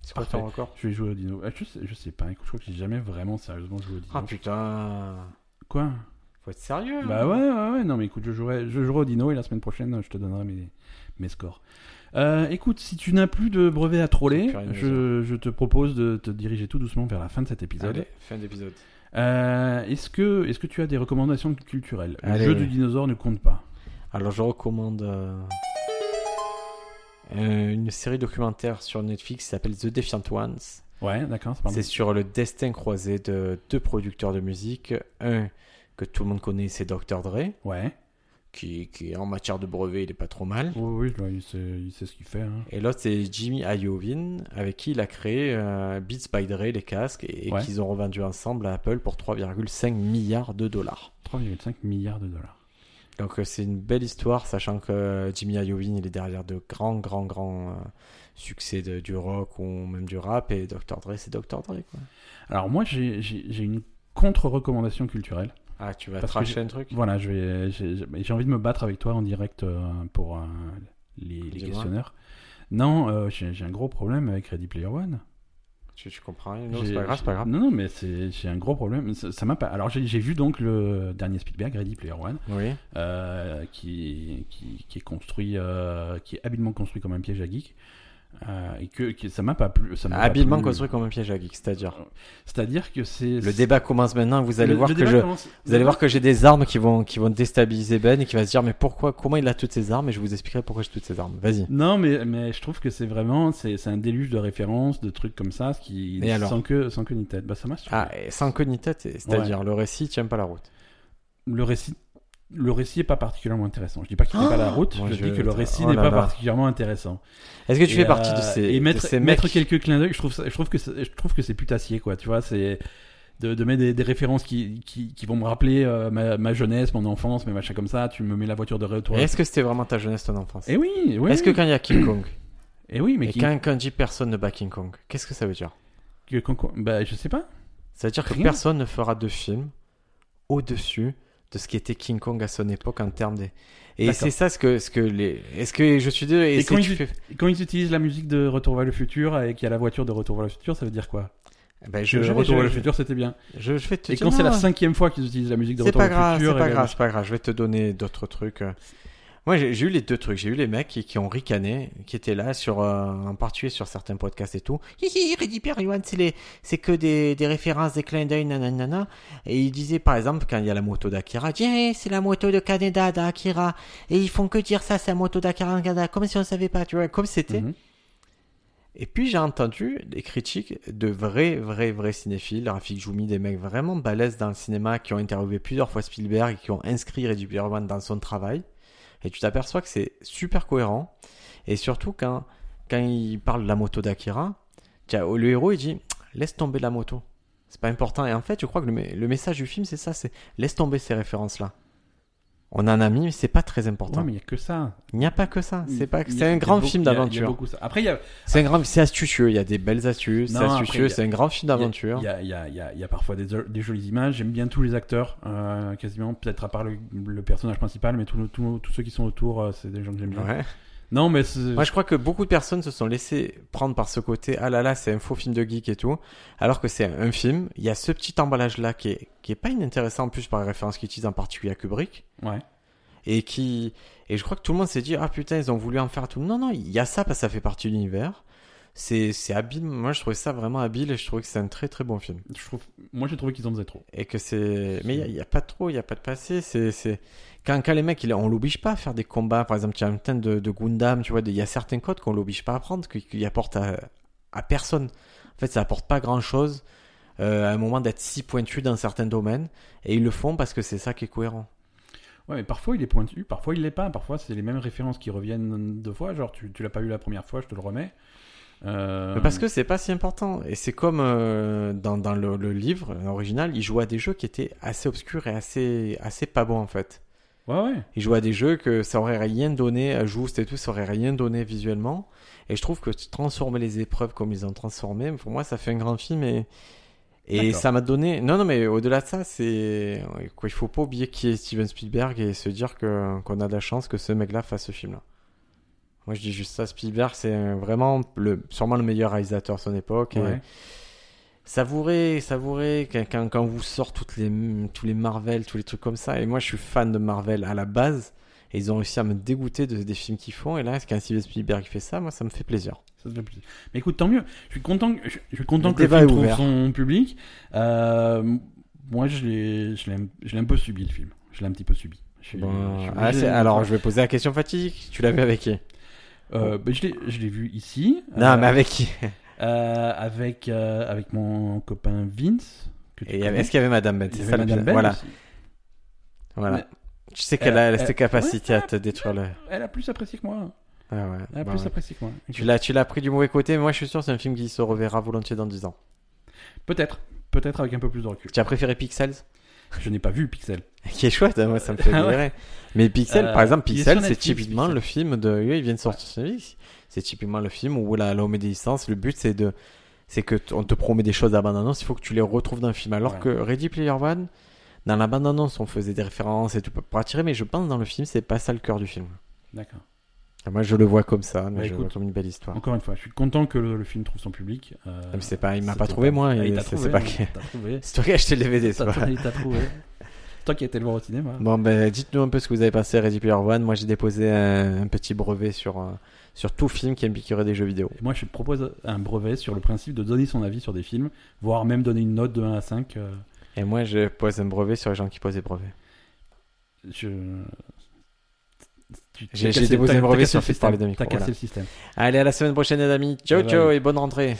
S2: C'est quoi
S1: Parfait.
S2: ton record
S1: je vais jouer au Dino. Ah, je, sais, je sais pas. Écoute, je crois que j'ai jamais vraiment sérieusement joué au Dino.
S2: Ah putain
S1: Quoi
S2: Faut être sérieux. hein.
S1: Bah ouais, ouais, ouais. Non, mais écoute, je jouerai, je jouerai au Dino et la semaine prochaine, je te donnerai mes, mes scores. Euh, écoute, si tu n'as plus de brevet à troller,
S2: Plus rien à
S1: je, je te propose de te diriger tout doucement vers la fin de cet épisode.
S2: Allez, fin d'épisode.
S1: Euh, est-ce que, est-ce que tu as des recommandations culturelles Le
S2: Allez,
S1: jeu
S2: oui.
S1: du dinosaure ne compte pas.
S2: Alors je recommande euh, euh, une série documentaire sur Netflix qui s'appelle The Defiant Ones.
S1: Ouais, d'accord, c'est pas
S2: C'est
S1: mal.
S2: sur le destin croisé de deux producteurs de musique. Un que tout le monde connaît, c'est Dr. Dre,
S1: Ouais.
S2: qui, qui, en matière de brevet, il est pas trop mal.
S1: Oui, oui, là, il, sait, il sait ce qu'il fait. hein.
S2: Et l'autre, c'est Jimmy Iovine, avec qui il a créé euh, Beats by Dre, les casques, et, et
S1: Ouais.
S2: qu'ils ont revendu ensemble à Apple pour 3,5 milliards de dollars.
S1: 3,5 milliards de dollars.
S2: Donc euh, c'est une belle histoire, sachant que euh, Jimmy Iovine il est derrière de grands, grands, grands euh, succès de- du rock ou même du rap, et Dr Dre c'est Dr Dre quoi.
S1: Alors moi, j'ai, j'ai- j'ai une contre-recommandation culturelle.
S2: Ah tu vas
S1: Parce que
S2: tracher un truc
S1: Voilà, je vais, j'ai, j'ai- j'ai envie de me battre avec toi en direct euh, pour euh, les, les
S2: Dis-moi.
S1: questionnaires. Non, euh, j'ai, j'ai un gros problème avec Ready Player One.
S2: tu, tu comprends rien Non
S1: J'ai-
S2: c'est pas grave, c'est pas grave.
S1: Non, non, mais c'est, j'ai un gros problème. Ça, ça m'a pas... Alors j'ai, j'ai vu donc le dernier Spielberg, Ready Player One.
S2: Oui,
S1: euh, qui, qui, qui est construit, euh, qui est habilement construit comme un piège à geek. euh, et que, que ça m'a pas plu. ça m'a pas
S2: habilement
S1: plu.
S2: construit comme un piège à geek, c'est-à-dire.
S1: C'est-à-dire que c'est.
S2: Le débat commence maintenant, vous allez
S1: le-
S2: voir
S1: le
S2: que
S1: débat
S2: je...
S1: commence-
S2: Vous allez voir que j'ai des armes qui vont, qui vont déstabiliser Ben et qui va se dire mais pourquoi comment il a toutes ces armes et je vous expliquerai pourquoi j'ai toutes ces armes. Vas-y.
S1: Non, mais, mais je trouve que c'est vraiment. C'est c'est un déluge de références, de trucs comme ça, ce qui.
S2: Et alors
S1: sans, que, sans que ni tête. Bah, ça m'a saoulé.
S2: Ah et sans queue ni tête, c'est-à-dire le récit tient pas la route.
S1: Le récit. Le récit est pas particulièrement intéressant. Je dis pas qu'il n'est pas la route,
S2: Ah Moi,
S1: je,
S2: je-
S1: dis que le récit
S2: oh
S1: n'est
S2: là
S1: pas
S2: là.
S1: particulièrement intéressant.
S2: Est-ce que tu
S1: Et,
S2: fais partie de
S1: euh,
S2: ces
S1: et
S2: de
S1: mettre,
S2: ces mecs
S1: mettre quelques clins d'œil je trouve ça- je trouve que c'est- je trouve que c'est putassier quoi tu vois c'est de, de mettre des, des références qui, qui, qui vont me rappeler euh, ma, ma jeunesse, mon enfance, mes machins comme ça. Tu me mets la voiture de retour.
S2: Est-ce que c'était vraiment ta jeunesse, ton enfance
S1: Eh oui, oui.
S2: Est-ce que quand il y a King Kong
S1: Eh oui, mais
S2: et
S1: qui...
S2: quand, quand dit personne ne bat King Kong, qu'est-ce que ça veut dire
S1: que- qu'on- qu'on- bah, je sais pas.
S2: Ça veut dire que
S1: Rien.
S2: personne ne fera de film au-dessus de ce qui était King Kong à son époque en termes des. Et
S1: D'accord.
S2: c'est ça ce que, ce que les. Est-ce que je suis désolé.
S1: Et
S2: c'est-
S1: quand
S2: tu
S1: ils-
S2: fais-
S1: Quand ils utilisent la musique de Retour vers le futur et qu'il y a la voiture de Retour vers le futur, ça veut dire quoi
S2: Ben,
S1: Que
S2: je, je,
S1: Retour vers
S2: je,
S1: le futur, c'était bien.
S2: je- je vais te
S1: Et
S2: dire,
S1: quand c'est la
S2: non,
S1: cinquième fois qu'ils utilisent la musique de
S2: C'est
S1: Retour
S2: pas
S1: vers le
S2: grave,
S1: futur, eh ben,
S2: c'est pas
S1: et la-
S2: grave, c'est pas grave. Je vais te donner d'autres trucs. Moi, j'ai j'ai eu les deux trucs. J'ai eu les mecs qui, qui ont ricané, qui étaient là, sur, euh, en particulier sur certains podcasts et tout. Hi hi, Ready Player One, c'est les- c'est que des, des références, des clins d'œil, nanana. Et ils disaient, par exemple, quand il y a la moto d'Akira, tiens, eh, c'est la moto de Canada d'Akira. Et ils font que dire ça, c'est la moto d'Akira en Canada, comme si on savait pas, tu vois, comme c'était.
S1: Mhm.
S2: Et puis j'ai entendu des critiques de vrais, vrais, vrais cinéphiles, Rafik Joumi, des mecs vraiment balèzes dans le cinéma qui ont interviewé plusieurs fois Spielberg et qui ont inscrit Ready Player One dans son travail. Et tu t'aperçois que c'est super cohérent. Et surtout quand, quand il parle de la moto d'Akira, tiens, le héros il dit laisse tomber la moto. C'est pas important. Et en fait, je crois que le, me- le message du film c'est ça, c'est laisse tomber ces références-là. On en a mis, mais c'est pas très important.
S1: Ouais, mais il y a que ça.
S2: Il n'y a pas que ça. C'est pas.
S1: Il y a-
S2: C'est
S1: il y
S2: un
S1: a
S2: grand
S1: beaucoup-
S2: film
S1: il y a- il y a
S2: d'aventure.
S1: beaucoup ça. Après, il y a,
S2: C'est un grand, c'est astucieux. Il y a des belles astuces.
S1: Non,
S2: C'est
S1: après,
S2: astucieux.
S1: il y a-
S2: C'est un grand film d'aventure.
S1: Il y a, il y a- il y a- il y a parfois des, des jolies images. J'aime bien tous les acteurs, euh, quasiment, peut-être à part le, le personnage principal, mais tous tous- tous ceux qui sont autour, euh, c'est des gens que j'aime bien.
S2: Ouais.
S1: Non, mais c'est-
S2: Moi, je crois que beaucoup de personnes se sont laissées prendre par ce côté. Ah là là, c'est un faux film de geek et tout. Alors que c'est un film. Il y a ce petit emballage là qui est, qui est pas inintéressant en plus par les références qu'ils utilisent en particulier à Kubrick.
S1: ouais.
S2: Et qui, et je crois que tout le monde s'est dit, ah putain, ils ont voulu en faire tout. Non, non, il y a ça parce que ça fait partie de l'univers. C'est, c'est habile. Moi, je trouvais ça vraiment habile et je trouvais que c'est un très très bon film.
S1: Je trouve, moi, j'ai trouvé qu'ils en faisaient trop.
S2: et que c'est mais il n'y a, pas trop il n'y a pas de passé c'est c'est quand, quand les mecs ils- on l'oblige pas à faire des combats par exemple tu as un thème de, de Gundam tu vois il y a certains codes qu'on l'oblige pas à prendre qui, qui apportent à, à personne en fait ça apporte pas grand chose à un moment d'être si pointu dans certains domaines et ils le font parce que c'est ça qui est cohérent
S1: Ouais, mais parfois il est pointu, parfois il l'est pas. Parfois, c'est les mêmes références qui reviennent deux fois. Genre, tu, tu l'as pas eu la première fois, je te le remets. Euh,
S2: Mais parce que c'est pas si important et c'est comme euh, dans, dans le, le livre l'original ils jouaient à des jeux qui étaient assez obscurs et assez assez pas bons en fait
S1: Ouais, ouais.
S2: Il joue à des jeux que ça aurait rien donné à Just et tout, ça aurait rien donné visuellement. Et je trouve que transformer les épreuves comme ils ont transformé, pour moi, ça fait un grand film et, et
S1: D'accord.
S2: ça m'a donné. Non, non, mais au-delà de ça, c'est. quoi, Il faut pas oublier qui est Steven Spielberg et se dire que- qu'on a de la chance que ce mec-là fasse ce film-là. Moi, je dis juste ça. Spielberg, c'est un- vraiment le, sûrement le meilleur réalisateur de son époque. et-
S1: Ouais.
S2: savourez, savourez quand, quand, quand vous sort toutes les, tous les Marvel, tous les trucs comme ça. Et moi, je suis fan de Marvel à la base. Et ils ont réussi à me dégoûter de, des films qu'ils font. Et là, qu'un Steven Spielberg fait ça, moi, ça me fait plaisir.
S1: Ça te fait plaisir. Mais écoute, tant mieux. Je suis content, que- je, je suis content
S2: Le
S1: que le
S2: débat
S1: film
S2: est
S1: trouve
S2: ouvert.
S1: son public. Euh, moi, je l'ai, je l'ai, un- je l'ai un peu subi le film. Je l'ai un petit peu subi. Je suis- je suis
S2: Ah,
S1: obligé
S2: c'est-
S1: de-
S2: alors, je vais poser la question fatidique. Tu l'as vu avec qui
S1: Euh, ben, je l'ai, je l'ai vu ici.
S2: Non,
S1: euh,
S2: mais avec qui
S1: euh, avec euh, avec mon copain Vince. Que tu
S2: Et il y avait-
S1: connais.
S2: Est-ce qu'il y avait Madame Ben
S1: Il y
S2: C'est
S1: avait
S2: ça le
S1: Madame
S2: pire.
S1: Belle
S2: Voilà.
S1: aussi.
S2: voilà.
S1: Mais-
S2: Tu sais qu'elle a
S1: Euh, euh,
S2: cette capacité
S1: ouais,
S2: à te détruire le.
S1: Elle a plus apprécié que moi.
S2: Ah ouais.
S1: Elle a
S2: bah
S1: plus
S2: ouais.
S1: apprécié que moi.
S2: Tu l'as, tu l'as pris du mauvais côté, mais moi je suis sûr que c'est un film qui se reverra volontiers dans 10 ans.
S1: Peut-être, peut-être avec un peu plus de recul.
S2: Tu as préféré Pixels
S1: Je n'ai pas vu Pixel.
S2: qui est chouette, hein, moi ça me fait
S1: Ah ouais.
S2: délirer. Mais Pixel,
S1: Euh,
S2: par exemple,
S1: il est
S2: Pixel,
S1: sur
S2: c'est
S1: Netflix,
S2: typiquement
S1: Pixel.
S2: le film de. Oui, ils viennent sortir sur Netflix. C'est typiquement le film où là, là, on met des licences. Le but, c'est de. C'est que t- on te promet des choses à bande-annonce, il faut que tu les retrouves dans le film. Alors
S1: Ouais.
S2: que Ready Player One, dans la bande-annonce, on faisait des références et tout pour attirer, mais je pense dans le film, c'est pas ça le cœur du film.
S1: D'accord.
S2: Moi, je le vois comme
S1: Bah,
S2: ça, mais je le vois
S1: écoute.
S2: comme une belle histoire.
S1: Encore une fois, je suis content que le, le film trouve son public. Euh,
S2: Ah, mais c'est pas, il m'a
S1: c'était
S2: pas trouvé, moi.
S1: Ah,
S2: il-
S1: il t'a
S2: c'est-
S1: trouvé.
S2: c'est pas
S1: hein,
S2: que-
S1: T'as trouvé.
S2: C'est toi qui as acheté le DVD, c'est
S1: T'as
S2: pas.
S1: trouvé. t'as trouvé. Toi qui as été le voir au cinéma.
S2: Bon, ben, dites-nous un peu ce que vous avez passé à Ready Player One. Moi, j'ai déposé un, un petit brevet sur, euh, sur tout film qui impliquerait des jeux vidéo.
S1: Et moi, je propose un brevet sur le principe de donner son avis sur des films, voire même donner une note de 1 à 5. euh,
S2: Et moi, je pose un brevet sur les gens qui posent des brevets.
S1: je... Tu- tu-
S2: J'ai-
S1: t'as
S2: j'ai
S1: cassé-
S2: déposé
S1: t'as-
S2: un brevet
S1: t'as cassé
S2: sur
S1: le
S2: Fait parler de
S1: système.
S2: micro,
S1: T'as cassé
S2: voilà.
S1: le système.
S2: Allez, à la semaine prochaine, les amis. Ciao,
S1: Bye
S2: ciao et bonne rentrée.